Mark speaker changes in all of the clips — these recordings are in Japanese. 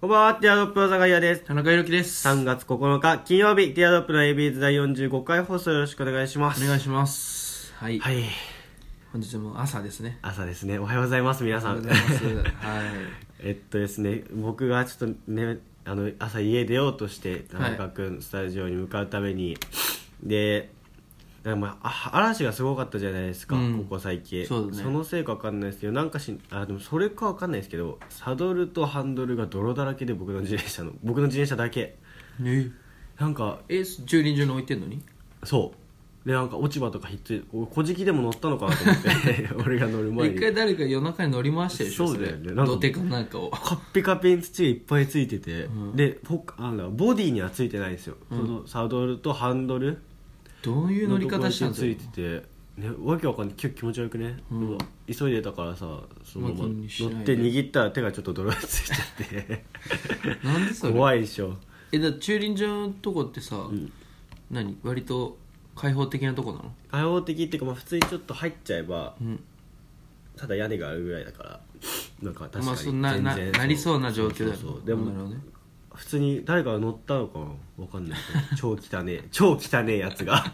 Speaker 1: こんばんは、ティアドロップの坂井です。
Speaker 2: 田中裕樹です。
Speaker 1: 3月9日金曜日、ティアドロップの ABs 第45回放送よろしくお願いします。
Speaker 2: お願いします。はい。
Speaker 1: はい。
Speaker 2: 本日も朝ですね。
Speaker 1: 朝ですね。おはようございます、皆さん。
Speaker 2: おはようございますはい。
Speaker 1: えっとですね、僕がちょっとね、あの、朝家出ようとして、田
Speaker 2: はい
Speaker 1: 中君、スタジオに向かうために、で、なんかまあ、あ嵐がすごかったじゃないですか、
Speaker 2: うん
Speaker 1: ここ最近
Speaker 2: そうだね
Speaker 1: のせいかわかんないですけどなんかしあでもそれかわかんないですけどサドルとハンドルが泥だらけで僕の自転車の僕の自転車だけ
Speaker 2: え
Speaker 1: なんか
Speaker 2: え、駐輪場に置いてんのに
Speaker 1: そうでなんか落ち葉とかひっついて俺小じでも乗ったのかなと思 って俺が乗る前に
Speaker 2: 一回誰か夜中に乗り回してるでしょ
Speaker 1: そうだよね
Speaker 2: れ
Speaker 1: なんか
Speaker 2: 土手かなんかを。
Speaker 1: カッピカピに土がいっぱいついてて、でほあのボディにはついてないんですよ、そのサドルとハンドル
Speaker 2: どういう乗り方したん
Speaker 1: の
Speaker 2: で
Speaker 1: とこ
Speaker 2: す
Speaker 1: に
Speaker 2: か
Speaker 1: ついてて、ね、わけわかんない結構気持ち悪くね、でも急いでたからさそのまま
Speaker 2: まあ気
Speaker 1: 乗
Speaker 2: にしない
Speaker 1: っ
Speaker 2: で
Speaker 1: て握ったら手がちょっと泥がついちゃって
Speaker 2: なんで それ
Speaker 1: 怖いでしょ
Speaker 2: え、だから駐輪場のとこってさ、何割と開放的なとこなの
Speaker 1: 開放的っていうか、まあ、普通にちょっと入っちゃえば
Speaker 2: うん。
Speaker 1: ただ屋根があるぐらいだからなんか確かに
Speaker 2: まあ、そんな、な、なりそうな状況だよね
Speaker 1: そうそうそうでも
Speaker 2: なるほどね。
Speaker 1: 普通に誰かが乗ったのかなわかんないけど超汚 ねえ超汚ねえやつが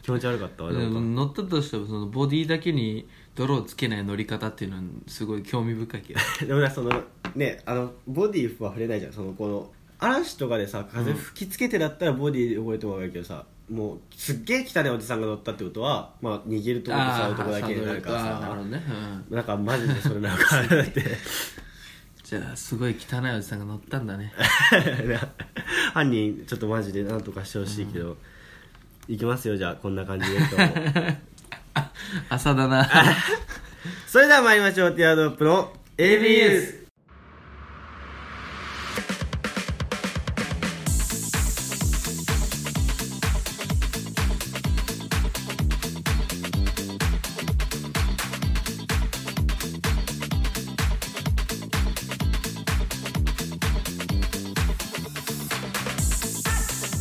Speaker 1: 気持ち悪かったわなんか、
Speaker 2: うん乗ったとしてもそのボディだけに泥をつけない乗り方っていうのはすごい興味深いけど
Speaker 1: でもなそのねあのボディは触れないじゃんそのこの嵐とかでさ風吹きつけてだったらボディ汚れてもらうけどさ、もうすっげえ汚いおじさんが乗ったってことはまあ握るところと
Speaker 2: あ
Speaker 1: 触
Speaker 2: あ
Speaker 1: るとこだけ
Speaker 2: ハ
Speaker 1: で
Speaker 2: ード
Speaker 1: な
Speaker 2: ル
Speaker 1: んか
Speaker 2: とあーなるほ
Speaker 1: さ
Speaker 2: どね、うん、
Speaker 1: なんかマジでそれなのかなって
Speaker 2: じゃあすごい汚いおじさんが乗ったんだ ね
Speaker 1: 犯人ちょっとマジでなんとかしてほしいけど、いきますよじゃあこんな感じで今日も
Speaker 2: 朝だな
Speaker 1: それでは参りましょうティアドロップの ABS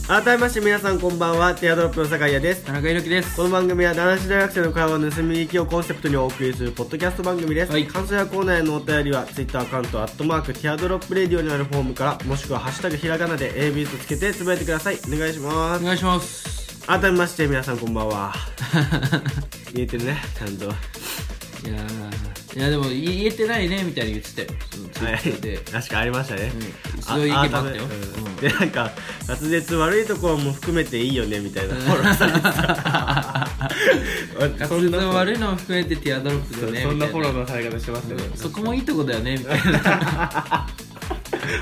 Speaker 1: 改めまして皆さんこんばんはティアドロップの酒井です
Speaker 2: 田中裕樹です
Speaker 1: この番組は男子大学生の会話を盗み聞きをコンセプトにお送りするポッドキャスト番組です、
Speaker 2: はい
Speaker 1: 感想やコーナーへのお便りは Twitter アカウント「アットマークティアドロップレディオ」にあるフォームからもしくは「ハッシュタグひらがな」で AB とつけてつぶやいてくださいお願いしま
Speaker 2: お
Speaker 1: す
Speaker 2: 願いします
Speaker 1: 改めまして皆さんこんばんは言えてるねちゃんと
Speaker 2: いやーいやでも言えてないねみたいに言ってたよそのツイッターで、
Speaker 1: 確かありましたね、
Speaker 2: うん
Speaker 1: あ
Speaker 2: そういう意見もあったよ
Speaker 1: 改めうん
Speaker 2: うん
Speaker 1: でなんか滑舌悪いところも含めていいよねみた いなフォローされてた
Speaker 2: 滑舌の悪いのも含めてティアドロップだ
Speaker 1: そ
Speaker 2: よ
Speaker 1: んな
Speaker 2: ね
Speaker 1: そんな
Speaker 2: み
Speaker 1: フ
Speaker 2: た
Speaker 1: ォ
Speaker 2: い
Speaker 1: ローのされ方してますよね、
Speaker 2: そこもいいとこだよねみたいな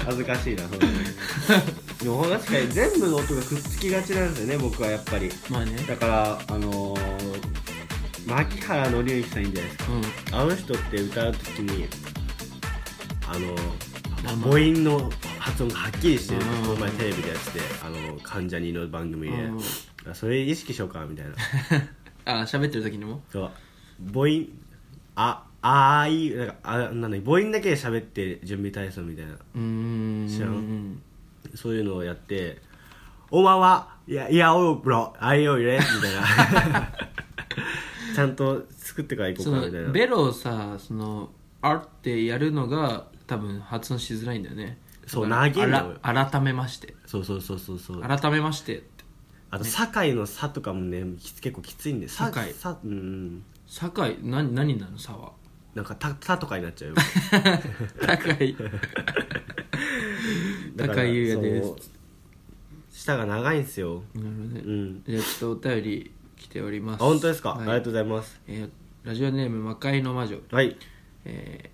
Speaker 1: 恥ずかしいなそんなのでも確かに全部の音がくっつきがちなんですよね僕はやっぱり
Speaker 2: まあね
Speaker 1: だからあのー、牧原紀之さんいいんじゃないですか
Speaker 2: うん
Speaker 1: あの人って歌う時にあのー
Speaker 2: あまあ
Speaker 1: 母音の発音がはっきりしてる
Speaker 2: う
Speaker 1: こ
Speaker 2: ん
Speaker 1: の前テレビでやっててあの患者にの番組で
Speaker 2: うん
Speaker 1: あそれ意識しようかみたいな
Speaker 2: あ喋ってる時にも
Speaker 1: そう母音ああーいなんかあなんだ母音だけで喋って準備体操みたいな
Speaker 2: うーん
Speaker 1: 知らんそういうのをやって、おまわ、いや、いや、おう、ブロ、あいよいれ、みたいな。 ちゃんと作ってから行こ
Speaker 2: そう
Speaker 1: か、みたい
Speaker 2: の
Speaker 1: な。
Speaker 2: ベロをさその「あ」ってやるのが多分発音しづらいんだよね
Speaker 1: そう
Speaker 2: だから
Speaker 1: 投げるのよ
Speaker 2: あら改めまして
Speaker 1: そうそうそうそうそう。
Speaker 2: 改めましてって
Speaker 1: あと、堺のさとかもね、きつ結構きついんで、さ
Speaker 2: 堺
Speaker 1: さ、うん。
Speaker 2: 酒井何何なの差 は
Speaker 1: なんか、た、たとかになっちゃう よ。
Speaker 2: 高い
Speaker 1: だから
Speaker 2: 高井優也です。
Speaker 1: そう舌が長いんですよ。
Speaker 2: なるほどね、
Speaker 1: うん。
Speaker 2: じゃあちょっとお便り来ておりま
Speaker 1: あ、
Speaker 2: す
Speaker 1: 本当ですか、
Speaker 2: はい
Speaker 1: ありがとうございます。
Speaker 2: えーラジオネーム魔界の魔女
Speaker 1: はい。
Speaker 2: えー、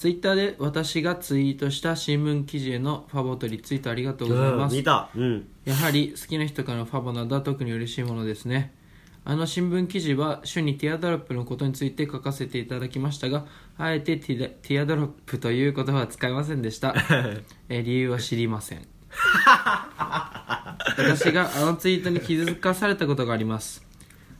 Speaker 2: ツイッターで私がツイートした新聞記事へのファボとリツイートありがとうございます
Speaker 1: うん見た。うん。
Speaker 2: やはり好きな人からのファボなどは特に嬉しいものですねあの新聞記事は主にティアドロップのことについて書かせていただきましたがあえてティダティアドロップという言葉は使いませんでしたえ理由は知りません私があのツイートに気づかされたことがあります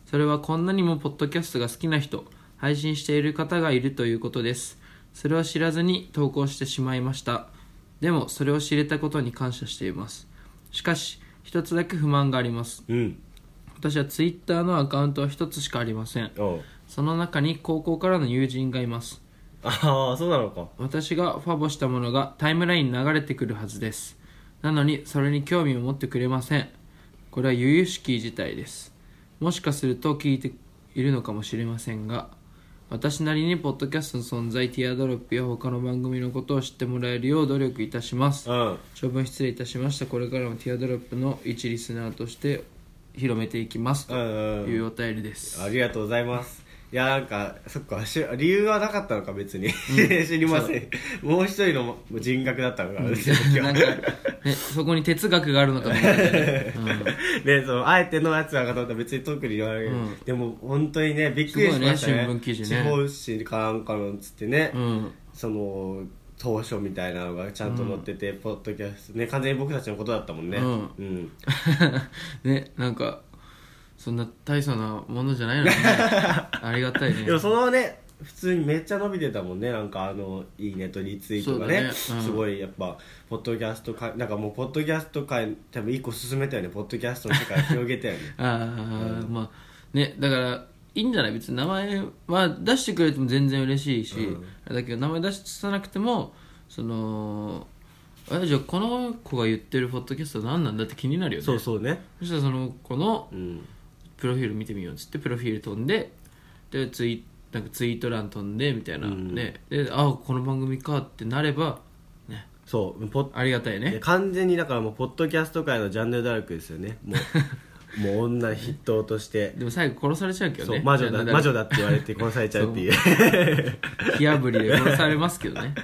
Speaker 2: それはこんなにもポッドキャストが好きな人配信している方がいるということですそれを知らずに投稿してしまいましたでもそれを知れたことに感謝していますしかし一つだけ不満があります
Speaker 1: うん。
Speaker 2: 私はツイッターのアカウントは一つしかありません
Speaker 1: おう
Speaker 2: その中に高校からの友人がいます
Speaker 1: ああそうなのか
Speaker 2: 私がファボしたものがタイムラインに流れてくるはずですなのにそれに興味を持ってくれませんこれは由々しき事態ですもしかすると聞いているのかもしれませんが私なりにポッドキャストの存在ティアドロップや他の番組のことを知ってもらえるよう努力いたします
Speaker 1: うん
Speaker 2: 長文失礼いたしましたこれからもティアドロップの一リスナーとして広めていきますと
Speaker 1: うんうん
Speaker 2: いうお便りです
Speaker 1: ありがとうございますいやなんかそっかし理由はなかったのか別に、 知りませんもう一人の人格だったのか、うちの時
Speaker 2: な
Speaker 1: は
Speaker 2: んか、ね、そこに哲学があるのかと思ったけどね
Speaker 1: でそのあえてのやつなのかと思ったら別に特に言わない、
Speaker 2: うん
Speaker 1: でも本当にねびっくりしましたね
Speaker 2: すごいね新聞記事
Speaker 1: 地方紙
Speaker 2: ね
Speaker 1: かなんかのっつってね、
Speaker 2: うん、うん
Speaker 1: その当初みたいなのがちゃんと載ってて、ポッドキャストね完全に僕たちのことだったもんね
Speaker 2: うん
Speaker 1: うん、
Speaker 2: ねなんかそんな大層なものじゃない のにねありがたいね
Speaker 1: でもそのね普通にめっちゃ伸びてたもんねなんかあのいいねとリツイートがね
Speaker 2: そうだねうん
Speaker 1: すごいやっぱポッドキャスト界なんかもうポッドキャスト界多分一個進めたよねポッドキャストの世界を広げたよね
Speaker 2: ああ、まあねだからいいんじゃない別に名前は出してくれても全然嬉しいし、
Speaker 1: うん
Speaker 2: あれだけど名前出さなくてもそのあじゃあこの子が言ってるポッドキャストは何なんだって気になるよね
Speaker 1: そうね
Speaker 2: そしたらその子の
Speaker 1: うん
Speaker 2: プロフィール見てみようっつってプロフィール飛んででツイなんかツイート欄飛んでみたいな、
Speaker 1: うん
Speaker 2: ねであこの番組かってなればね
Speaker 1: そうポッ
Speaker 2: ありがたいね
Speaker 1: 完全にだからもうポッドキャスト界のジャンヌ・ダルクですよねもうも う女筆頭として、
Speaker 2: でも最後殺されちゃうけど
Speaker 1: そ
Speaker 2: ね
Speaker 1: う魔女だ
Speaker 2: ジャンヌ
Speaker 1: 魔女だって言われて殺されちゃうっていう
Speaker 2: 火あぶりで殺されますけど ね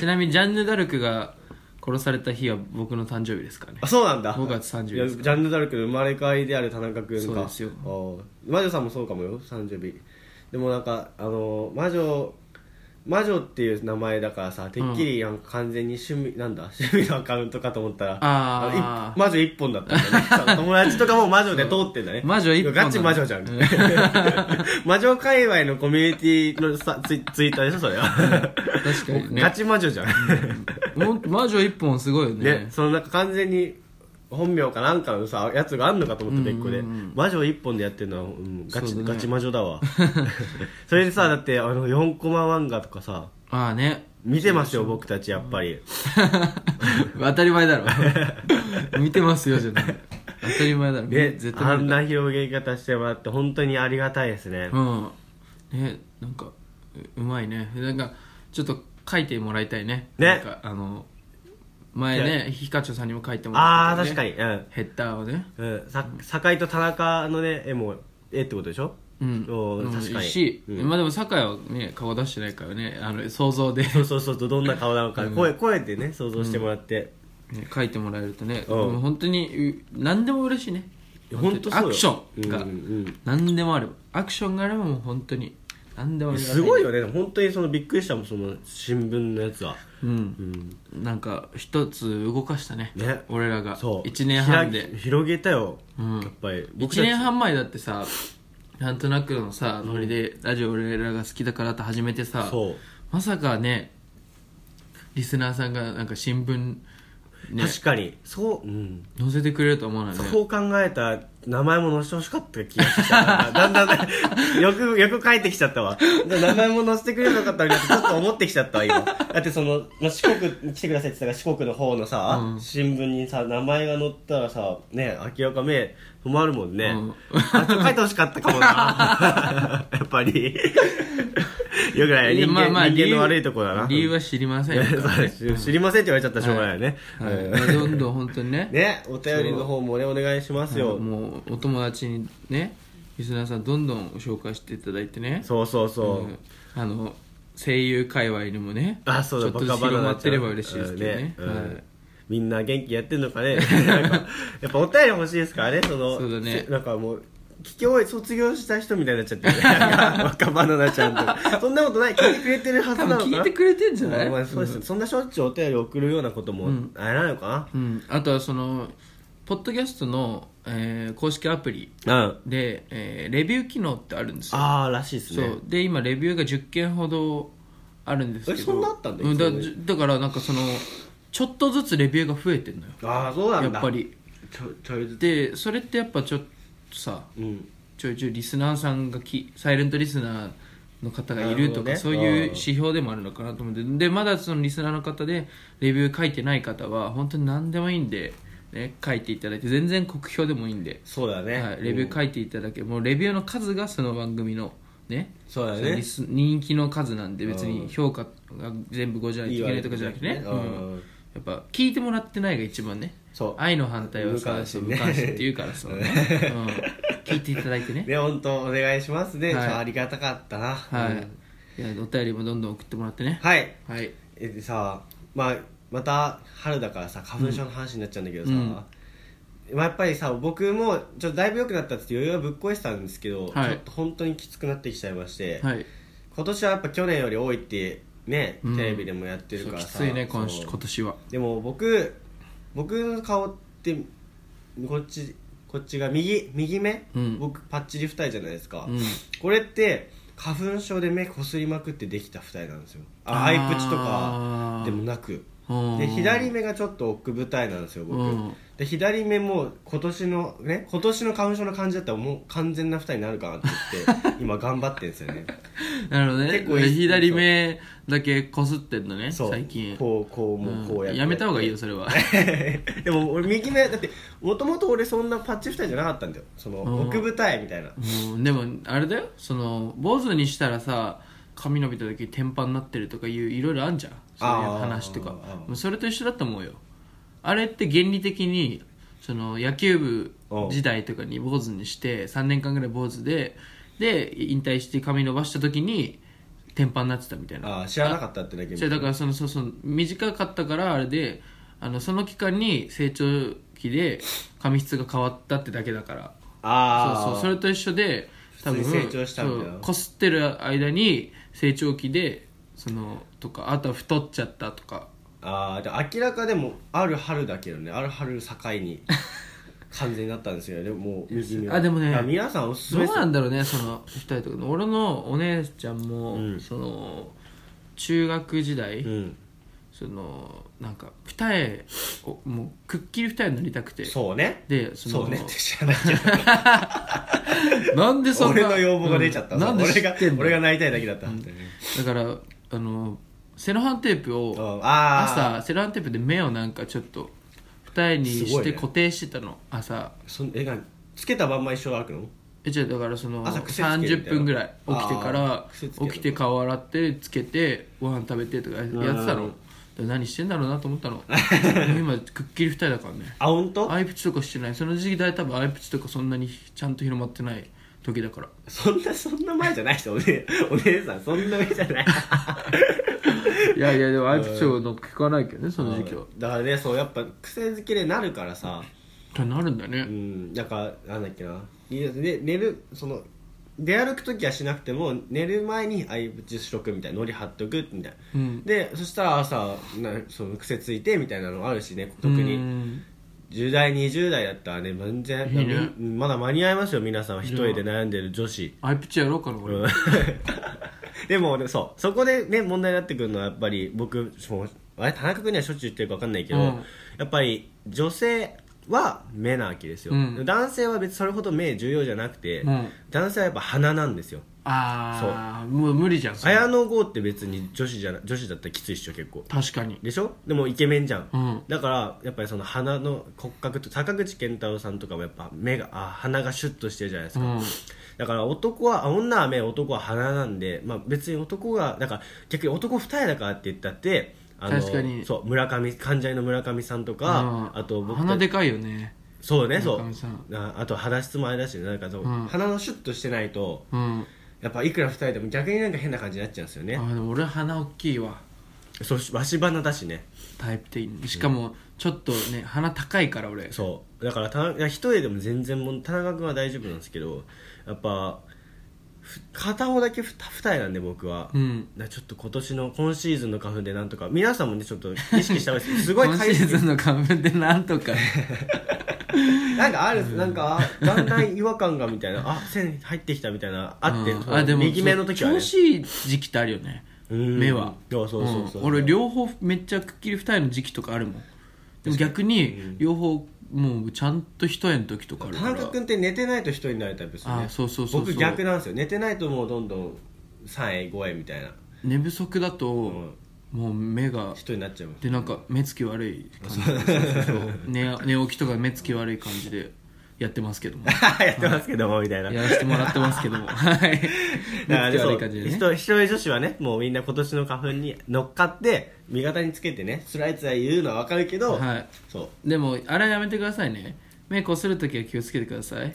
Speaker 2: ちなみにジャンヌ・ダルクが殺された日は僕の誕生日ですか らね
Speaker 1: あそうなんだ
Speaker 2: 5月30日
Speaker 1: いやジャンヌ・ダルクの生まれ変わりである田中君か
Speaker 2: そうですよ
Speaker 1: あー魔女さんもそうかもよ30日でもなんかあのー魔女魔女っていう名前だからさてっきりなんか完全に趣味、なんだ趣味のアカウントかと思ったら
Speaker 2: あー
Speaker 1: の一魔女一本だったん だねそう友達とかも魔女で通ってんだね
Speaker 2: 魔女一本なんだ
Speaker 1: ガチ魔女じゃん 魔女界隈のコミュニティのさツイツイッターでしょそれは
Speaker 2: 確かに
Speaker 1: ガ
Speaker 2: ね
Speaker 1: チ魔女じゃん
Speaker 2: もう魔女一本すごいよね
Speaker 1: ね、そのなんか完全に本名かなんかのさやつがあんのかと思って別個で、
Speaker 2: うんうん
Speaker 1: 魔女一本でやってるのは、うん、ガチ、
Speaker 2: そうだね
Speaker 1: ガチ魔女だ わそれでさだってあの4コマ漫画とかさ
Speaker 2: ああね
Speaker 1: 見てますよ僕たちやっぱり
Speaker 2: 当たり前 だろ見てますよじゃない当たり前だろ、
Speaker 1: ね
Speaker 2: 絶
Speaker 1: あ
Speaker 2: 対
Speaker 1: ん
Speaker 2: 見る
Speaker 1: な広げ方してもらって本当にありがたいですね、
Speaker 2: うんねなんかううまいねなんかちょっと書いてもらいたいね
Speaker 1: ね
Speaker 2: なんかあの前ねヒカチョさんにも書いても
Speaker 1: あ
Speaker 2: ら
Speaker 1: あ
Speaker 2: って
Speaker 1: 確
Speaker 2: た
Speaker 1: か
Speaker 2: よね
Speaker 1: にうん、
Speaker 2: ヘッダーをね
Speaker 1: うん、さ酒井と田中のね絵も絵ってことでしょ
Speaker 2: うん、
Speaker 1: おー
Speaker 2: うん
Speaker 1: 確かに
Speaker 2: いいし、
Speaker 1: うん
Speaker 2: まあでも酒井はね顔出してないからねあの 想像で、ね
Speaker 1: そうそうそうそうどんな顔なのか、声声でね想像してもらって、
Speaker 2: 書いてもらえると
Speaker 1: う
Speaker 2: ね、
Speaker 1: ん
Speaker 2: でも本当にう何でも嬉しいね
Speaker 1: いや本当そう
Speaker 2: ア
Speaker 1: よ
Speaker 2: クションが
Speaker 1: うんうんうん
Speaker 2: 何でもあればアクションがあればもう本当に何でもあれば
Speaker 1: すごいよね本当にそのびっくりしたもんその新聞のやつは
Speaker 2: うん
Speaker 1: うん
Speaker 2: なんか一つ動かしたね
Speaker 1: ね
Speaker 2: 俺らが
Speaker 1: そう
Speaker 2: 1年半で
Speaker 1: 開き広げたよ、
Speaker 2: うん
Speaker 1: やっぱり僕たち
Speaker 2: 1年半前だってさなんとなくのさノリでラジオ俺らが好きだからって始めてさ、
Speaker 1: そう
Speaker 2: まさかねリスナーさんがなんか新聞ね
Speaker 1: 確かにそう、うん、
Speaker 2: 載せてくれると思わないね
Speaker 1: そう考えたら名前も載せてほしかった気がしただんだんねよくよく書いてきちゃったわ名前も載せてくれなかったのにちょっと思ってきちゃったわ今だってその、まあ、四国来てくださいって言ったから四国の方のさ、
Speaker 2: うん
Speaker 1: 新聞にさ名前が載ったらさね明らか目止まるもんね、
Speaker 2: うん
Speaker 1: あちょっと書いてほしかったかもな やっぱりよくない
Speaker 2: いや
Speaker 1: 人間,、
Speaker 2: まあまあ
Speaker 1: 人間
Speaker 2: 理由
Speaker 1: の悪いとこだな
Speaker 2: 理由は知りません よ
Speaker 1: そう知りませんって言われちゃったらしょうがないよね、うん
Speaker 2: はいどんどん本当にね
Speaker 1: ねお便りの方もねお願いしますよ、
Speaker 2: もうお友達にねリスナーさんどんどん紹介していただいてね
Speaker 1: そうそうそう、
Speaker 2: うんあの声優界隈にもね
Speaker 1: あそうだ
Speaker 2: ちょっ
Speaker 1: バ
Speaker 2: とず
Speaker 1: カ
Speaker 2: つ
Speaker 1: バナ
Speaker 2: 広
Speaker 1: ナ
Speaker 2: まってれば嬉しいですけどね
Speaker 1: うんねうん
Speaker 2: はい
Speaker 1: みんな元気やってんのかねなんか やっぱお便り欲しいですからねその
Speaker 2: そうだね
Speaker 1: せなんかもう聞き終え卒業した人みたいになっちゃ ってるなんか若バナナちゃんとかそんなことない聞いてくれてるはず
Speaker 2: 多
Speaker 1: な
Speaker 2: 分
Speaker 1: のかな
Speaker 2: 聞いてくれてんじゃない、
Speaker 1: お前そうです、そんなしょっちゅうお便り送るようなことも
Speaker 2: うん
Speaker 1: あれなのか
Speaker 2: うん、あとはそのポッドキャストの、えー公式アプリ
Speaker 1: なうん
Speaker 2: で、えーレビュー機能ってあるんですよ
Speaker 1: ああらしいです
Speaker 2: そ
Speaker 1: ね
Speaker 2: うで今レビューが10件ほどあるんですけど
Speaker 1: えそんなあったんだ
Speaker 2: うだ
Speaker 1: いつもよ
Speaker 2: だからなんかそのちょっとずつレビューが増えてんのよ
Speaker 1: ああそうなんだ
Speaker 2: やっぱり
Speaker 1: ちょちょいずつ
Speaker 2: でそれってやっぱちょっとさ
Speaker 1: うん
Speaker 2: ちょいちょいリスナーさんがきサイレントリスナーの方がいるとか、
Speaker 1: なるほどね
Speaker 2: そういう
Speaker 1: うん
Speaker 2: 指標でもあるのかなと思ってでまだそのリスナーの方でレビュー書いてない方は本当に何でもいいんで、ね、書いていただいて全然酷評でもいいんで、
Speaker 1: そうだね、
Speaker 2: はい、レビュー書いていただけ、もうレビューの数がその番組のね
Speaker 1: そうだ
Speaker 2: その
Speaker 1: ね
Speaker 2: リス人気の数なんで別
Speaker 1: う
Speaker 2: に
Speaker 1: ん
Speaker 2: 評価が全部5じゃないといけないとかじゃなくてね
Speaker 1: いいわけじゃ
Speaker 2: う
Speaker 1: なくてねうん
Speaker 2: んやっぱ聞いてもらってないが一番ね
Speaker 1: そう
Speaker 2: 愛の反対はさ
Speaker 1: 無関心ね
Speaker 2: そう無関心って言うか らそうね、うん、聞いていただいてね
Speaker 1: ね本当お願いしますね、
Speaker 2: はい
Speaker 1: ちょありがたかったな
Speaker 2: はい
Speaker 1: うん、
Speaker 2: いやお便りもどんどん送ってもらってね
Speaker 1: はい
Speaker 2: はい
Speaker 1: えでさ、まあ、また春だからさ花粉症の話になっちゃうんだけどさ、
Speaker 2: うん
Speaker 1: まあ、やっぱりさ僕もちょっとだいぶ良くなったって余裕はぶっこいてたんですけど、
Speaker 2: はい
Speaker 1: ちょっと本当にきつくなってきちゃいまして、
Speaker 2: はい
Speaker 1: 今年はやっぱ去年より多いってね、
Speaker 2: うん
Speaker 1: テレビでもやってる
Speaker 2: そう
Speaker 1: から
Speaker 2: き
Speaker 1: さ
Speaker 2: ついね今
Speaker 1: そ
Speaker 2: し
Speaker 1: う
Speaker 2: 今年は
Speaker 1: でも僕僕の顔ってこっちこっちが右右目、
Speaker 2: うん
Speaker 1: 僕パッチリ二重じゃないですか、
Speaker 2: うん
Speaker 1: これって花粉症で目こすりまくってできた二重なんですよあアイプチと
Speaker 2: あ
Speaker 1: か
Speaker 2: ー
Speaker 1: でもなく
Speaker 2: うん
Speaker 1: で左目がちょっと奥舞台なんですよ僕、
Speaker 2: うん
Speaker 1: で左目も今年のね今年の花粉症の感じだったらもう完全な二重になるかなって言って 今頑張ってんですよね
Speaker 2: なるほどね
Speaker 1: 結構いい
Speaker 2: 左目だけこすってんのね
Speaker 1: そう
Speaker 2: 最近
Speaker 1: こうこうもうこうやって、
Speaker 2: んやめた方がいいよそれは
Speaker 1: でも俺右目だってもともと俺そんなパッチ二重じゃなかったんだよその
Speaker 2: うん
Speaker 1: 奥舞台みたいな
Speaker 2: うんでもあれだよその坊主にしたらさ髪伸びた時天パになってるとかいういろいろあんじゃんそういう話とか
Speaker 1: あー
Speaker 2: もうそれと一緒だと思うよあれって原理的にその野球部時代とかに坊主にして3年間ぐらい坊主でで引退して髪伸ばした時に天パになってたみたいな
Speaker 1: あー知らなかったってだけ
Speaker 2: じゃあだからそのそうそう短かったからあれであのその期間に成長期で髪質が変わったってだけだから
Speaker 1: ああ
Speaker 2: そうそうそれと一緒で多分
Speaker 1: 普通に成長したみたいな
Speaker 2: そうこすってる間に成長期でそのとかあとは太っちゃったとか
Speaker 1: あーで明らかでもある春だけどねある春境 に完全になったんですよねもう右目は
Speaker 2: あでもね
Speaker 1: いや皆さんおすす
Speaker 2: どう
Speaker 1: めです
Speaker 2: なんだろうねその二人とか俺のお姉ちゃんも、
Speaker 1: うん
Speaker 2: その中学時代、
Speaker 1: うん
Speaker 2: そのなんか二重をもうくっきり二重になりたくて
Speaker 1: そうね
Speaker 2: でその
Speaker 1: そうねって知らないけど
Speaker 2: なん でそんな
Speaker 1: 俺の要望が出ちゃった、
Speaker 2: うんなんで知
Speaker 1: 俺が
Speaker 2: ってんの
Speaker 1: 俺がなりたいだけだった、んだよね
Speaker 2: だからあのセロハンテープを
Speaker 1: うんああ
Speaker 2: 朝セロハンテープで目をなんかちょっと二重に
Speaker 1: すご
Speaker 2: し
Speaker 1: い
Speaker 2: て
Speaker 1: ね
Speaker 2: 固定してたの、朝
Speaker 1: そのえなつけたまんま一緒歩くの
Speaker 2: えじゃあだからその
Speaker 1: 朝癖つけるみたいな
Speaker 2: 30分ぐらい起きてか
Speaker 1: あ
Speaker 2: ら
Speaker 1: ー癖つける
Speaker 2: 起
Speaker 1: の
Speaker 2: きて顔洗ってつけてご飯食べてとかやってたので何してんだろうなと思 ったのでも今くっきり二重だからね
Speaker 1: あ本当
Speaker 2: アイプチとかしてないその時代多分アイプチとかそんなにちゃんと広まってない時だから
Speaker 1: そんなそんな前じゃない人お,、ね、お姉さんそんな上じゃない
Speaker 2: いやいやでもアイプチの聞かないけどね その時期は
Speaker 1: だからねそうやっぱ癖づけでなるからさ
Speaker 2: となるんだね、
Speaker 1: うんだからなんだっけないやね寝るその出歩く時はしなくても寝る前に相ぶちしとくみたいなのり貼っとくみたいな、
Speaker 2: うん
Speaker 1: でそしたら朝なその癖ついてみたいなのあるしね特
Speaker 2: う
Speaker 1: に
Speaker 2: ん
Speaker 1: 10代20代だったらね全然
Speaker 2: いいね
Speaker 1: みまだ間に合いますよ皆さんは一人で悩んでる女子
Speaker 2: アイプチやろうかな俺、
Speaker 1: うん でもねそうそこでね問題になってくるのはやっぱり僕そうあれ田中君にはしょっちゅう言ってるか分かんないけど、
Speaker 2: うん
Speaker 1: やっぱり女性は目なわけですよ、
Speaker 2: うん
Speaker 1: 男性は別にそれほど目重要じゃなくて、
Speaker 2: うん
Speaker 1: 男性はやっぱ鼻なんですよ
Speaker 2: ああもう無理じゃんそれ
Speaker 1: 綾野剛って別に女子じゃな女子だったらきついっしょ結構
Speaker 2: 確かに
Speaker 1: でしょでもイケメンじゃん、
Speaker 2: うん
Speaker 1: だからやっぱりその鼻の骨格と坂口健太郎さんとかもやっぱ目があ鼻がシュッとしてるじゃないです
Speaker 2: う
Speaker 1: か、
Speaker 2: ん
Speaker 1: だから男はあ女は目男は鼻なんで、まあ、別に男がだから逆に男二重だからって言ったってあの
Speaker 2: 確かに
Speaker 1: そう村上患者の村上さんとか、
Speaker 2: うん
Speaker 1: あと僕たち
Speaker 2: 鼻でかいよね
Speaker 1: そうねそう
Speaker 2: 村上さん
Speaker 1: ああと肌質もあれだし、ね、なんかそう、
Speaker 2: うん
Speaker 1: 鼻のシュッとしてないと
Speaker 2: うん
Speaker 1: やっぱいくら二重でも逆になんか変な感じになっちゃうんですよね
Speaker 2: あでも俺鼻大きいわ
Speaker 1: そうしわし鼻だしね
Speaker 2: タイプ的にしかもちょっとね鼻高いから俺
Speaker 1: そうだからたいや一重でも全然もう田中君は大丈夫なんですけどやっぱふ片方だけ二二重なんで僕は、
Speaker 2: うん
Speaker 1: なちょっと今年の今シーズンの花粉でなんとか皆さんもねちょっと意識した方がいい ですすごい
Speaker 2: 今シ
Speaker 1: 回
Speaker 2: ー
Speaker 1: 数
Speaker 2: ズンの花粉でなんと か
Speaker 1: なんかあるんですなんかあだんだん違和感がみたいなあ線入ってきたみたいなあって、
Speaker 2: うん
Speaker 1: そう右目の時はね
Speaker 2: 調子いい時期ってあるよね
Speaker 1: うん
Speaker 2: 目は
Speaker 1: そうそうそうそう
Speaker 2: うん俺両方めっちゃくっきり二重の時期とかあるもんでも逆に両方もうちゃんと一重の時とかある
Speaker 1: 田
Speaker 2: から
Speaker 1: 中君って寝てないと人になるタイプですよね
Speaker 2: あそうそうそうそう
Speaker 1: 僕逆なんですよ寝てないともうどんどん3円5円みたいな
Speaker 2: 寝不足だと
Speaker 1: ん
Speaker 2: もう目が
Speaker 1: 人になっちゃいます
Speaker 2: でなんか目つき悪い感じそう寝寝起きとか目つき悪い感じでやってますけど も
Speaker 1: やってますけどもみたいな
Speaker 2: やらせてもらってますけ どもはい
Speaker 1: だから
Speaker 2: 目つき
Speaker 1: そ
Speaker 2: 悪いう感じで
Speaker 1: 一
Speaker 2: ね
Speaker 1: 人一人女子はねもうみんな今年の花粉に乗っかって味方につけてねつらいつらい言うのはわかるけど、
Speaker 2: はい
Speaker 1: そう
Speaker 2: でもあれやめてくださいね目こするときは気をつけてくださ い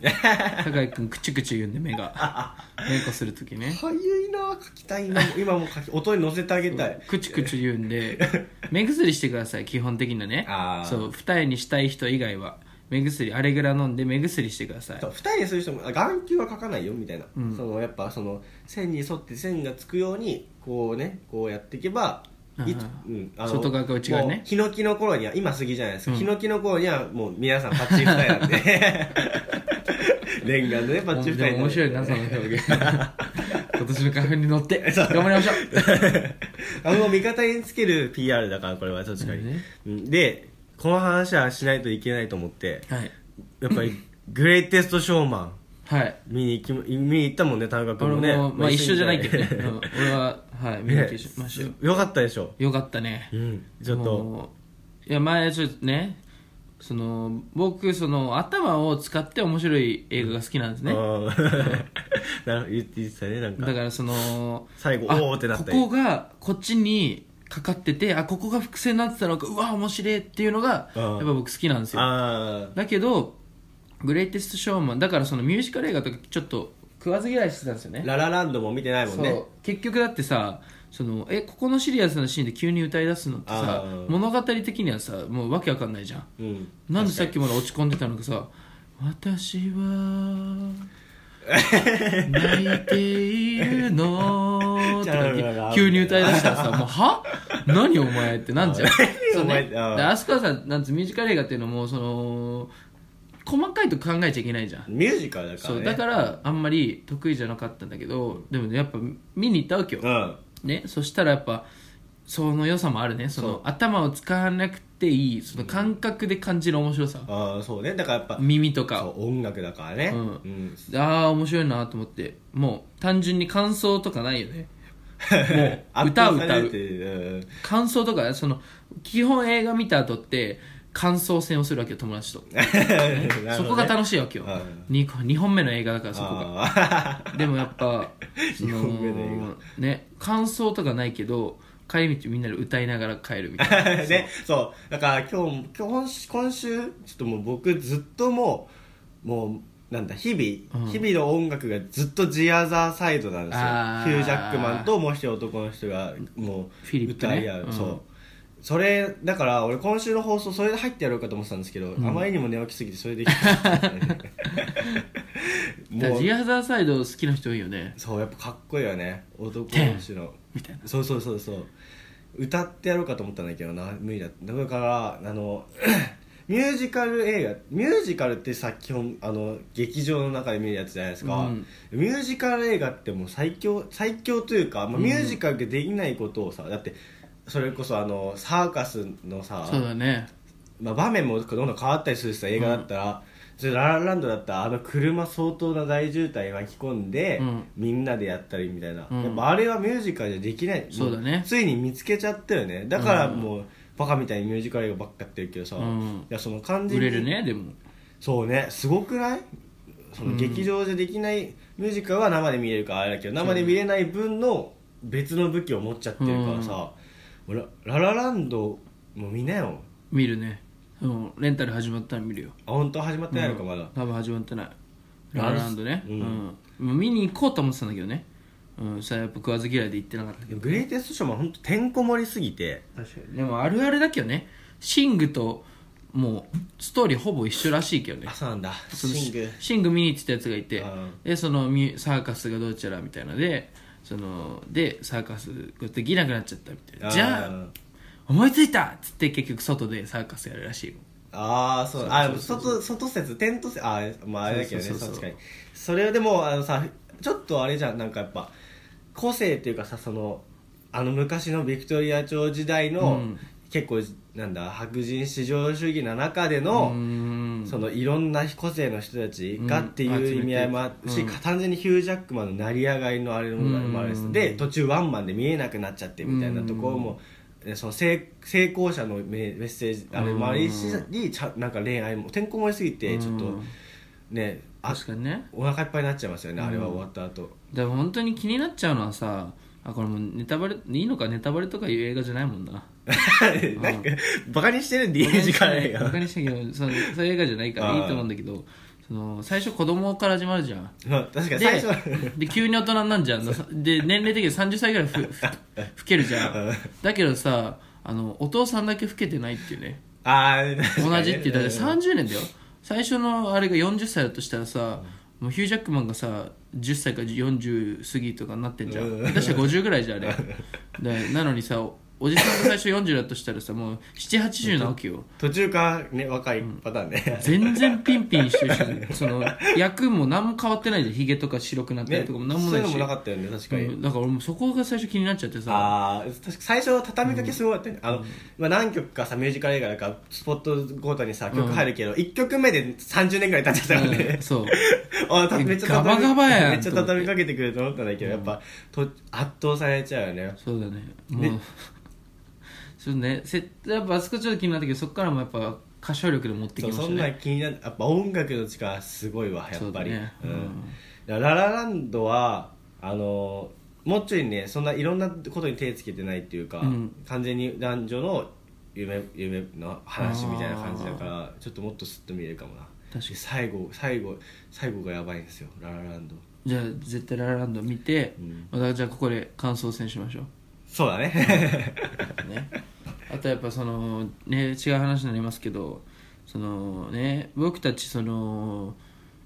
Speaker 2: 酒井君くちくち言うんで目が目こするときね
Speaker 1: かゆいな書きた いな今も書き音に乗せてあげたい
Speaker 2: くちくち言うんで 目薬してください基本的なね
Speaker 1: あー
Speaker 2: そう二重にしたい人以外は目薬あれぐらい飲んで目薬してください
Speaker 1: そう二人でする人もあ眼球は描かないよみたいな、
Speaker 2: うん
Speaker 1: そのやっぱその線に沿って線がつくようにこうねこうやっていけば
Speaker 2: あー
Speaker 1: いつうん
Speaker 2: 外側か内側ね
Speaker 1: もうヒノキの頃には今杉じゃないですか、
Speaker 2: うん
Speaker 1: ヒノキの頃にはもう皆さんパッチン二重なん で念願のねパッチン二重
Speaker 2: でも面白いなその表現 今年の花粉に乗っ て
Speaker 1: そう
Speaker 2: 頑張りましょう
Speaker 1: あの味方につける PR だからこれは確かに、
Speaker 2: ね
Speaker 1: うんでこの話はしないといけないと思って
Speaker 2: はい
Speaker 1: やっぱ りグレイテストショーマン
Speaker 2: はい
Speaker 1: 見に行き見に行ったもんね田中
Speaker 2: 俺
Speaker 1: 君も
Speaker 2: も、
Speaker 1: ね
Speaker 2: まあ一緒じゃないけどね、うん俺ははい見に
Speaker 1: ね
Speaker 2: 行きましょう
Speaker 1: よかったでしょ
Speaker 2: よかったね
Speaker 1: うんちょっと
Speaker 2: もういや前ちょっとねその僕その頭を使って面白い映画が好きなんです
Speaker 1: あ
Speaker 2: ね
Speaker 1: ー なる言って言ってたねなん
Speaker 2: だか
Speaker 1: から
Speaker 2: その
Speaker 1: 最後
Speaker 2: あ
Speaker 1: おおってなったり
Speaker 2: ここがこっちにかかっててあここが伏線になってたのかうわ面白いっていうのが
Speaker 1: うん
Speaker 2: やっぱ僕好きなんですよ
Speaker 1: あ
Speaker 2: だけどグレイテストショーマンだからそのミュージカル映画とかちょっと食わず嫌いしてたんですよ
Speaker 1: あ
Speaker 2: ね
Speaker 1: ララランドも見てないもん
Speaker 2: そう
Speaker 1: ね
Speaker 2: 結局だってさそのえここのシリアスなシーンで急に歌い出すのってさ
Speaker 1: あー
Speaker 2: 物語的にはさもうわけわかんないじゃん
Speaker 1: うん
Speaker 2: なんでさっきまで落ち込んでたのかさ「私は泣いている の」とか急に歌いだしたらさ「もうは何お 前」ってなんじゃんそう
Speaker 1: お
Speaker 2: ね
Speaker 1: 前
Speaker 2: で
Speaker 1: あー
Speaker 2: 飛鳥さんなんつミュージカル映画っていうのもその細かいとこ考えちゃいけないじゃん
Speaker 1: ミュージカルだから
Speaker 2: そ
Speaker 1: ね
Speaker 2: うだからあんまり得意じゃなかったんだけどでもねやっぱ見に行ったわけよ
Speaker 1: うん
Speaker 2: ね、そしたらやっぱその良さもあるねその
Speaker 1: そう
Speaker 2: 頭を使わなくていいその感覚で感じる面白さ、
Speaker 1: ああそうねだからやっぱ
Speaker 2: 耳とか
Speaker 1: そう音楽だからね
Speaker 2: うん
Speaker 1: ん
Speaker 2: ああ面白いなと思ってもう単純に感想とかない よねもう
Speaker 1: 圧
Speaker 2: 歌
Speaker 1: 倒
Speaker 2: を
Speaker 1: さ
Speaker 2: 歌
Speaker 1: れるっ
Speaker 2: う
Speaker 1: ていううん
Speaker 2: 感想とかその基本映画見た後って感想戦をするわけよ友達と、
Speaker 1: なる
Speaker 2: そ
Speaker 1: ほ
Speaker 2: こ
Speaker 1: ど
Speaker 2: が
Speaker 1: ね
Speaker 2: 楽しいわけよ、
Speaker 1: うん
Speaker 2: 二 2, 本目の映画だからそこが
Speaker 1: あ
Speaker 2: でもやっ ぱそ
Speaker 1: 二本目の映
Speaker 2: のね感想とかないけど帰り道みんなで歌いながら帰るみたいな
Speaker 1: ーねそうだから今日今日今週ちょっともう僕ずっともうもうなんだ日々、
Speaker 2: うん
Speaker 1: 日々の音楽がずっとジアザーサイドなんですよ
Speaker 2: あ
Speaker 1: ヒ
Speaker 2: ー
Speaker 1: ュー・ジャックマンともう一人男の人がも
Speaker 2: フ
Speaker 1: う
Speaker 2: ィリップね
Speaker 1: 歌い合う、
Speaker 2: うん
Speaker 1: そうそれだから俺今週の放送それで入ってやろうかと思ってたんですけど、あまりにも寝起きすぎてそれで
Speaker 2: だから
Speaker 1: もう
Speaker 2: ジアザーサイド好きな人多いよね
Speaker 1: そうやっぱかっこいいよね男の人の。
Speaker 2: みたいな
Speaker 1: そうそうそうそう歌ってやろうかと思ったんだけどな無理だっただからあの ミュージカル映画ミュージカルってさ基本あの劇場の中で見るやつじゃないですか、
Speaker 2: うん
Speaker 1: ミュージカル映画ってもう最強最強というか、まあ、ミュージカルでできないことをさ、だってそれこそあのサーカスのさ、
Speaker 2: そうだね
Speaker 1: まあ、場面もどんどん変わったりするしさ映画だったら、それララランドだったらあの車相当な大渋滞に巻き込んで、
Speaker 2: うん
Speaker 1: みんなでやったりみたいな、
Speaker 2: うん
Speaker 1: やっぱあれはミュージカルじゃできない
Speaker 2: そうだね
Speaker 1: もついに見つけちゃったよねだからもう、バカみたいにミュージカル映画ばっかやってるけどさ、
Speaker 2: うん
Speaker 1: いやその完全
Speaker 2: 売
Speaker 1: に
Speaker 2: れるねでも
Speaker 1: そうねすごくないその劇場でできないミュージカルは生で見れるからあれだけど生で見れない分の別の武器を持っちゃってるからさ、俺ララランドも見なよ
Speaker 2: 見るねうんレンタル始まったら見るよ
Speaker 1: あ本当始まってないのかまだ、
Speaker 2: うん多分始まってないラ
Speaker 1: ラ
Speaker 2: ラ
Speaker 1: ラ
Speaker 2: ランドねう
Speaker 1: うんん、
Speaker 2: もう見に行こうと思ってたんだけどねうんさやっぱ食わず嫌いで行ってなかったけど
Speaker 1: グレイテストショーマン本当てんこ盛りすぎて
Speaker 2: 確かにでもあるあるだけどねシングともうストーリーほぼ一緒らしいけどね
Speaker 1: あそうなんだ
Speaker 2: そ
Speaker 1: シ
Speaker 2: の
Speaker 1: ング
Speaker 2: シング見に行ってたやつがいて、
Speaker 1: うん
Speaker 2: でそのミュサーカスがどうちゃらみたいなのでそのでサーカスができなくなっちゃったみたいなじゃあ思いついたっつって結局外でサーカスやるらしいよ
Speaker 1: ああーそうあ外外説テント説あーまああれだけどね
Speaker 2: そうそうそうそう
Speaker 1: 確かにそれでもあのさちょっとあれじゃんなんかやっぱ個性っていうかさそのあの昔のビクトリア朝時代
Speaker 2: う
Speaker 1: の
Speaker 2: ん
Speaker 1: 結構なんだ白人至上主義な中で
Speaker 2: う
Speaker 1: の、
Speaker 2: ん
Speaker 1: そのいろんな個性の人たちが
Speaker 2: うん
Speaker 1: っていう意味合いもあるし、
Speaker 2: うん
Speaker 1: 完全にヒュージャックマンの成り上がりのあれも
Speaker 2: うん
Speaker 1: もあるしで途中ワンマンで見えなくなっちゃってみたいなところも、ねその成成功者のメメッセージあれもありし、
Speaker 2: う
Speaker 1: にちゃなんか恋愛もてんこ盛りすぎてちょっと、
Speaker 2: うん
Speaker 1: ねあ
Speaker 2: 確かにね
Speaker 1: お腹いっぱいになっちゃいますよね、あれは終わった後
Speaker 2: でも本当に気になっちゃうのはさあこれもうネタバレいいのかネタバレとかいう映画じゃないもんな
Speaker 1: なんかバカにしてるんでいい時間ない
Speaker 2: バ
Speaker 1: が
Speaker 2: カにしたけどそのそういう映画じゃないからいいと思うんだけどその最初子供から始まるじゃん
Speaker 1: 確かに
Speaker 2: で
Speaker 1: 最初は
Speaker 2: で急に大人になんじゃんで年齢的に30歳ぐらいふふ老けるじゃんだけどさあのお父さんだけ老けてないっていうね
Speaker 1: あー確かにね
Speaker 2: 同じってだって30年だよ最初のあれが40歳だとしたらさもうヒュージャックマンがさ10歳から40過ぎとかになってんじゃん
Speaker 1: うん
Speaker 2: 私は50ぐらいじゃんあれでなのにさおおじさんが最初40だとしたらさもう780なわけよ
Speaker 1: 途中からね若いパターンね、
Speaker 2: 全然ピンピンしてるしその役も何も変わってないじゃんヒゲとか白くなったり
Speaker 1: ね、
Speaker 2: とかも何もない
Speaker 1: そう
Speaker 2: し
Speaker 1: いうのもなかったよね確かに、
Speaker 2: うんだから俺もそこが最初気になっちゃってさ
Speaker 1: ああ確か最初畳みかけすごかったよね、あのまあ、何曲かさミュージカル映画なんかスポットごとにさ曲入るけど、一1曲目で30年ぐらい経っちゃったからね
Speaker 2: うん、そう
Speaker 1: あためっちゃ畳み
Speaker 2: ガバガバやん
Speaker 1: めっちゃ畳みかけてくると思ったんだけど、やっぱと圧倒されちゃうよね
Speaker 2: そうだねもう そうねせやっぱあそこちょっと気になったけどそこからもやっぱ歌唱力で持って
Speaker 1: そ
Speaker 2: きま
Speaker 1: う
Speaker 2: した
Speaker 1: そんな
Speaker 2: ね
Speaker 1: ん気になるやっぱ音楽の力すごいわやっぱり
Speaker 2: そうだね
Speaker 1: う
Speaker 2: うん
Speaker 1: んだからララランドはあのもうちょいねそんないろんなことに手つけてないっていうか、
Speaker 2: うん
Speaker 1: 完全に男女の夢夢の話みたいな感じだからちょっともっとスッと見えるかもな
Speaker 2: 確かに
Speaker 1: 最後最後最後がやばいんですよララランド
Speaker 2: じゃあ絶対ララランド見て、
Speaker 1: うん
Speaker 2: またじゃあここで感想戦しましょ
Speaker 1: そうだ ね
Speaker 2: うねあとやっぱそのね違う話になりますけどそのね僕たちその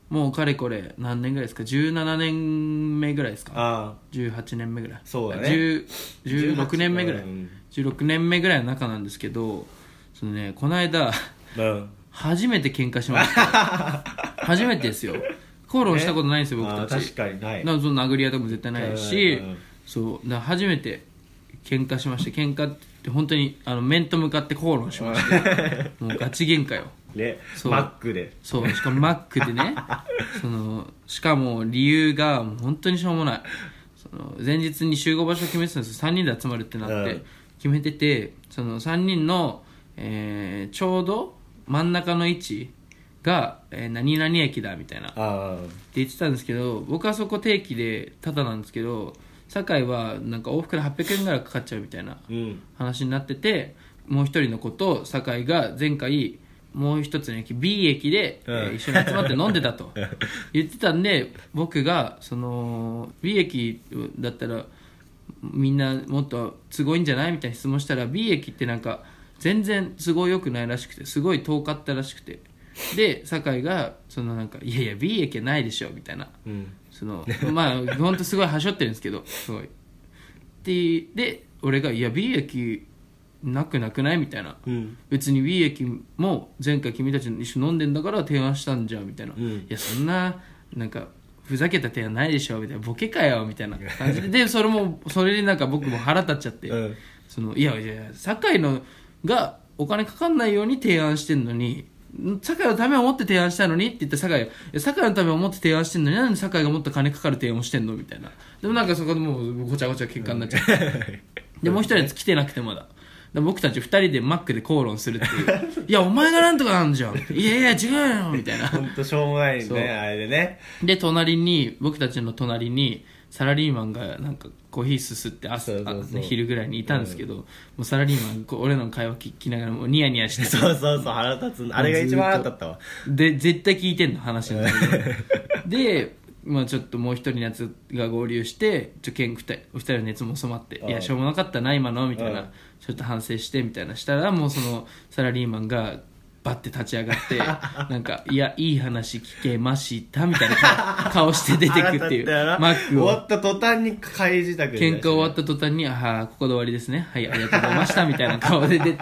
Speaker 2: もうかれこれ何年ぐらいですか17年目ぐらいですか
Speaker 1: ああ
Speaker 2: 18年目ぐらい
Speaker 1: そうだね
Speaker 2: 10 16年目ぐらい、
Speaker 1: うん
Speaker 2: 16年目ぐらいの中なんですけどそのねこの間
Speaker 1: うん
Speaker 2: 初めて喧嘩しました 初めてですよ口論したことないんですよ、
Speaker 1: ああ
Speaker 2: 僕たち
Speaker 1: 確かにない
Speaker 2: なその殴り合いとかも絶対ないし、
Speaker 1: うんうんうん
Speaker 2: そうだから初めて喧嘩しました喧嘩って本当にあの面と向かって口論しましたもうガチ喧嘩よ
Speaker 1: ね
Speaker 2: そう
Speaker 1: マックで
Speaker 2: そうしかもマック でねそのしかも理由がもう本当にしょうもないその前日に集合場所決めてたんですよ3人で集まるってなって、
Speaker 1: うん
Speaker 2: 決めててその3人の、えーちょうど真ん中の位置が、えー何々駅だみたいなって
Speaker 1: あ
Speaker 2: 言ってたんですけど僕はそこ定期でタダなんですけど酒井はなんか往復で800円ぐらいかかっちゃうみたいな
Speaker 1: あうん
Speaker 2: 話になっててもう一人の子と酒井が前回もう一つの駅 B 駅で、えー
Speaker 1: うん
Speaker 2: 一緒に集まって飲んで たと言ってたんで僕がその B 駅だったらみんなもっと都合いいんじゃないみたいな質問したら B 駅ってなんか全然都合良くないらしくてすごい遠かったらしくてで酒井がそのなんか「いやいや B 駅はないでしょ」みたいな
Speaker 1: うん
Speaker 2: そのまあ本当すごいはしょってるんですけどすごいでで俺が「いや B 駅なくなくない?」みたいな、
Speaker 1: うん
Speaker 2: 別に B 駅も前回君たち一緒に飲んでんだから提案したんじゃんみたいな、
Speaker 1: うん
Speaker 2: いやそんななんかふざけた提案ないでしょみたいなボケかよみたいな 感じででそれもそれになんか僕も腹立っちゃって、
Speaker 1: うん
Speaker 2: そのいやいやいや酒井のがお金かかんないように提案してんのに酒井のためを思って提案したのにって言って酒井がいや酒井のためを思って提案してんのになんで酒井がもっと金かかる提案をしてんのみたいなでもなんかそこでもうごちゃごちゃ喧嘩になっちゃって、でもう一人は来てなくてまだで僕たち二人でマックで口論するっていう いやお前がなんとかなんじゃんいやいや違うよみたいな
Speaker 1: 本当しょうもない
Speaker 2: そう
Speaker 1: ねあれでね
Speaker 2: で隣に僕たちの隣にサラリーマンがなんかコーヒーすすって朝
Speaker 1: そうそうそう
Speaker 2: あ昼ぐらいにいたんですけど、もうサラリーマンこう俺らの会話聞きながらもうニヤニヤして
Speaker 1: そうそうそう腹立つあれが一番腹立ったわ
Speaker 2: で絶対聞いてんの話の内容で、まあ、ちょっともう一人のやつが合流してちょけん二人お二人の熱も収まって「
Speaker 1: うん
Speaker 2: いやしょうもなかったな今の」みたいな、
Speaker 1: うん
Speaker 2: ちょっと反省してみたいなしたらもうそのサラリーマンがバッて立ち上がっ てなんか「いやいい話聞けました」みたいな顔顔して出てくってい
Speaker 1: 腹立っ
Speaker 2: う
Speaker 1: たよな
Speaker 2: マック
Speaker 1: 終
Speaker 2: を
Speaker 1: わった途端に開示だけ
Speaker 2: 喧嘩終わった途端に「ああここで終わりですねはいありがとうございました」みたいな顔で出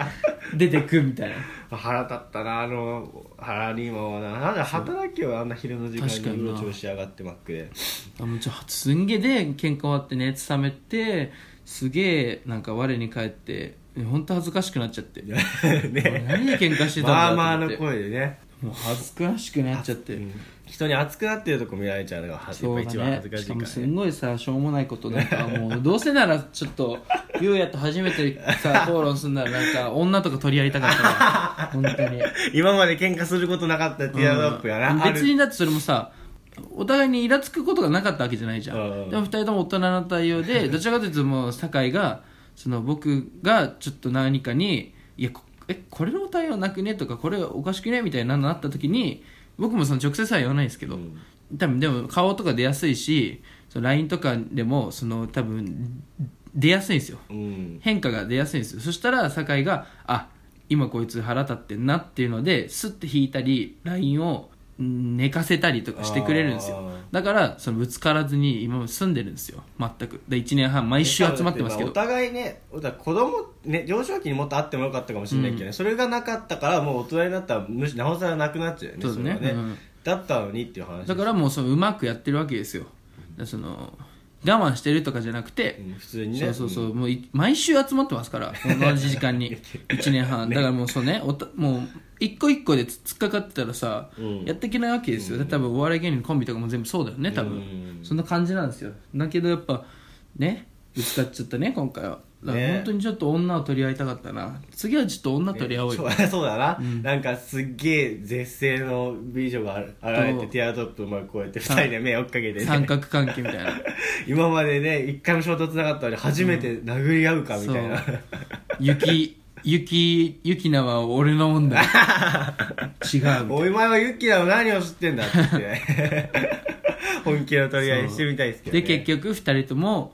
Speaker 2: 出てくみたいな。
Speaker 1: た腹立ったなあの腹にもななんで働きよあんな昼の時間
Speaker 2: 確か
Speaker 1: に
Speaker 2: に
Speaker 1: う
Speaker 2: な
Speaker 1: ろちょろしやがってマックで
Speaker 2: あもうちょすんげえで喧嘩終わって熱冷めてすげえなんか我に返って本当恥ずかしくなっちゃって俺
Speaker 1: ね
Speaker 2: 何で喧嘩して
Speaker 1: ま
Speaker 2: た
Speaker 1: あ
Speaker 2: ん
Speaker 1: ま
Speaker 2: だ
Speaker 1: あ
Speaker 2: と思
Speaker 1: の
Speaker 2: って
Speaker 1: 声でね
Speaker 2: もう恥ずかしくなっちゃって
Speaker 1: 人に熱くなってるとこ見られちゃうのがは
Speaker 2: そうだ
Speaker 1: 一番
Speaker 2: ね
Speaker 1: 恥ずかし
Speaker 2: し
Speaker 1: い
Speaker 2: か
Speaker 1: か
Speaker 2: も
Speaker 1: ら
Speaker 2: す
Speaker 1: ね
Speaker 2: んごいさしょうもないことなんかもうどうせならちょっとゆうやと初めてさ討論するならなんか女とか取り合いた かったわ本当に
Speaker 1: 今まで喧嘩することなかったティアドロップやな、ある
Speaker 2: 別にだってそれもさお互いにイラつくことがなかったわけじゃないじゃん、
Speaker 1: うん
Speaker 2: でも2人とも大人な対応で どちらかというともう酒井がその僕がちょっと何かに「いやこえこれの対応なくね?」とか「これおかしくね?」みたいなのになった時に僕もその直接は言わないんですけど、多分でも顔とか出やすいしその LINE とかでもその多分出やすいんですよ
Speaker 1: うん
Speaker 2: 変化が出やすいんですよそしたら酒井が「あ今こいつ腹立ってんな」っていうのでスッて引いたり LINE をうん寝かせたりとかしてくれるんです
Speaker 1: あ
Speaker 2: よ
Speaker 1: ー
Speaker 2: だからそのぶつからずに今も住んでるんですよ全くで1年半毎週集まってますけ
Speaker 1: お
Speaker 2: ど
Speaker 1: 互いねお互い子供ね幼少期にもっと会ってもよかったかもしれないけどね、それがなかったからもう大人になったらむしなおさらなくなっちゃうよね
Speaker 2: そうだね
Speaker 1: れはね、
Speaker 2: うん
Speaker 1: だったのにっていう話
Speaker 2: だからもうそのうまくやってるわけですよだからその我慢してるとかじゃなくて、
Speaker 1: うん普通にね
Speaker 2: そうそうそう、もうい毎週集まってますから同じ時間に1年半、だからもうそうねおたもう一個一個でつ突っかかってたらさ、
Speaker 1: うん
Speaker 2: やっていけないわけですよ、多分お笑い芸人のコンビとかも全部そうだよね多分、
Speaker 1: うん
Speaker 2: そんな感じなんですよだけどやっぱねぶつかっちゃったね今回はだから
Speaker 1: ね
Speaker 2: 本当にちょっと女を取り合いたかったな次はちょっと女取り合おうよ、
Speaker 1: そう そうだな、なんかすっげえ絶世の美女が現れ
Speaker 2: そう
Speaker 1: てティアドロップをまあこうやって二人で目を追っかけて、
Speaker 2: 三
Speaker 1: ね、
Speaker 2: 角関係みたいな
Speaker 1: 今までね一回も衝突なかったのに初めて殴り合うかみたいな、
Speaker 2: そう雪雪雪菜は俺のもん だ違うみたいな
Speaker 1: お前はユッキーだろ何を知ってんだって言って ね本気の取り合いしてみたいですけど、ね、
Speaker 2: で結局2人とも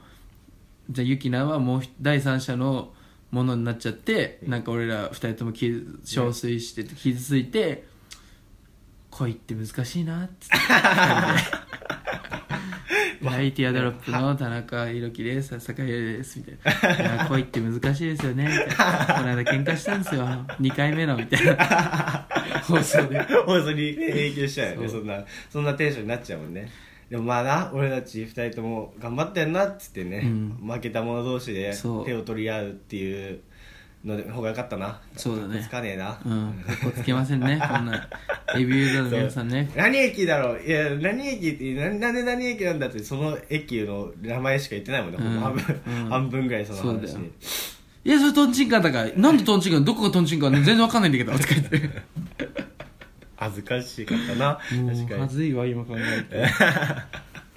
Speaker 2: じゃあユキナはもうひ第三者のものになっちゃって、なんか俺ら2人とも傷憔悴してて傷ついて、恋って難しいなっつってライティアドロップの田中宏樹です坂井ですみたいないや恋って難しいですよねみたいなこの間喧嘩したんですよ2回目のみたいな放送で
Speaker 1: 放送に影響しちゃうよねそんなそんなテンションになっちゃうもんねでもまあな俺たち2人とも頑張ってんなっつってね、
Speaker 2: うん
Speaker 1: 負けた者同士で
Speaker 2: そう
Speaker 1: 手を取り合うっていうので方が良かったな
Speaker 2: そうだね
Speaker 1: つかねえな、
Speaker 2: うんかっこつけません ねこんなレビューザーの皆さんね
Speaker 1: 何駅だろういや何駅ってななんで何駅なんだってその駅の名前しか言ってないもんね、
Speaker 2: うん
Speaker 1: 半分
Speaker 2: うん
Speaker 1: 半分ぐらいその話
Speaker 2: そうだよ
Speaker 1: に
Speaker 2: いや、それトンチンカンだから、なんでトンチンカンどこがトンチンカンか全然わかんないんだ けど、とか言って。
Speaker 1: 恥ずかしかったな確かに
Speaker 2: ずいわ、今考え て。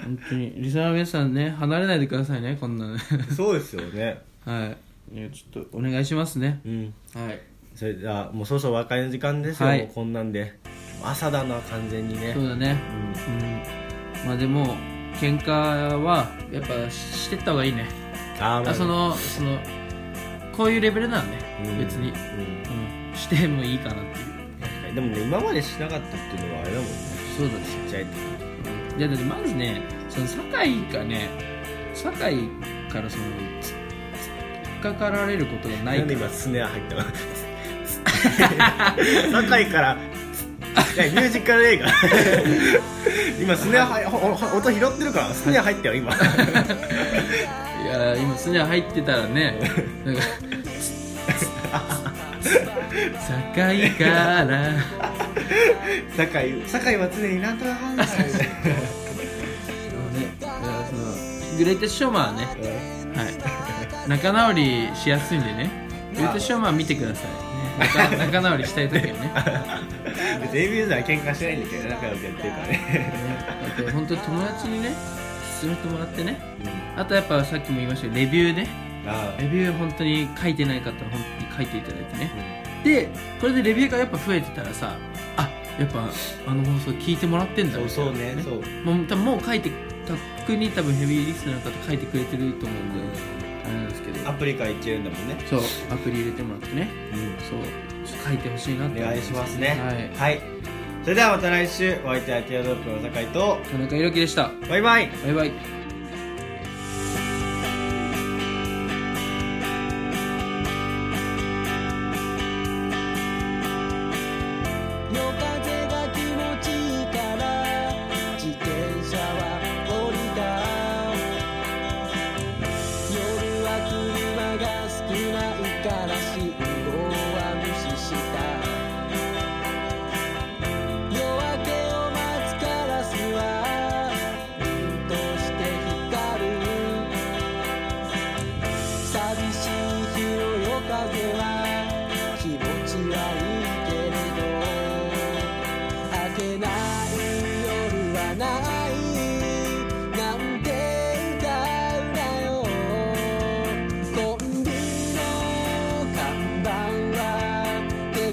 Speaker 2: 本当に、リスナーの皆さんね、離れないでくださいね、こんなの。
Speaker 1: そうですよね
Speaker 2: はい。いや、ちょっと、お願いしますね。
Speaker 1: うん
Speaker 2: はい。
Speaker 1: それじゃあもうそろそろお別れの時間ですよ、
Speaker 2: はい
Speaker 1: もうこんなんで朝だな完全にね
Speaker 2: そうだね。
Speaker 1: うん
Speaker 2: うん。まあでも、喧嘩は、やっぱ、してった方がいいね。
Speaker 1: あーまあね
Speaker 2: あ、その、その、こういうレベルなのね
Speaker 1: うん、
Speaker 2: 別に
Speaker 1: う。ん
Speaker 2: うん。してもいいかなっていう。
Speaker 1: でもね今までしなかったっていうのはあれだもんね
Speaker 2: そうだね。
Speaker 1: ちっちゃい時
Speaker 2: いやだってまずねその酒井がね酒井からそのつつ突っかかられることがな
Speaker 1: ないん
Speaker 2: か
Speaker 1: で
Speaker 2: ら
Speaker 1: 今スネア入ったの 酒井からいやミュージカル映画 今スネア入ほほ音拾ってるからスネア入ったよ今
Speaker 2: いや今すね入ってたらねなんか酒井から
Speaker 1: 酒井酒井は常になんとか判断
Speaker 2: そうねだからそのグレーテストショーマンはね、はい、仲直りしやすいんでねグレーテストショーマン見てくださいね仲仲直りしたい時はね
Speaker 1: デビューでは喧嘩してないんだけど仲良くやってるからね
Speaker 2: だって本当に友達にね勧めてもらってねあとやっぱさっきも言いましたけどレビューね
Speaker 1: うんあ
Speaker 2: レビュー本当に書いてない方は本当に書いていただいてねでこれでレビューがやっぱ増えてたらさあやっぱあの放送聞いてもらってんだ
Speaker 1: そうそうねそう
Speaker 2: もう多分もう書いて確に多分ヘビーリスナーの方書いてくれてると思うんであれなんですけど
Speaker 1: アプリから言ってるんだもんね。
Speaker 2: そうアプリ入れてもらってねそう書いてほしいなって
Speaker 1: お願いしますね。
Speaker 2: はい
Speaker 1: はい。それではまた来週、お相手はティアドロップの酒井と、
Speaker 2: 田中裕樹でした
Speaker 1: バイバイ
Speaker 2: バイバイ
Speaker 3: 夜風が気持ちいいから自転車は降りた夜は車が少ないから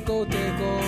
Speaker 3: コテコ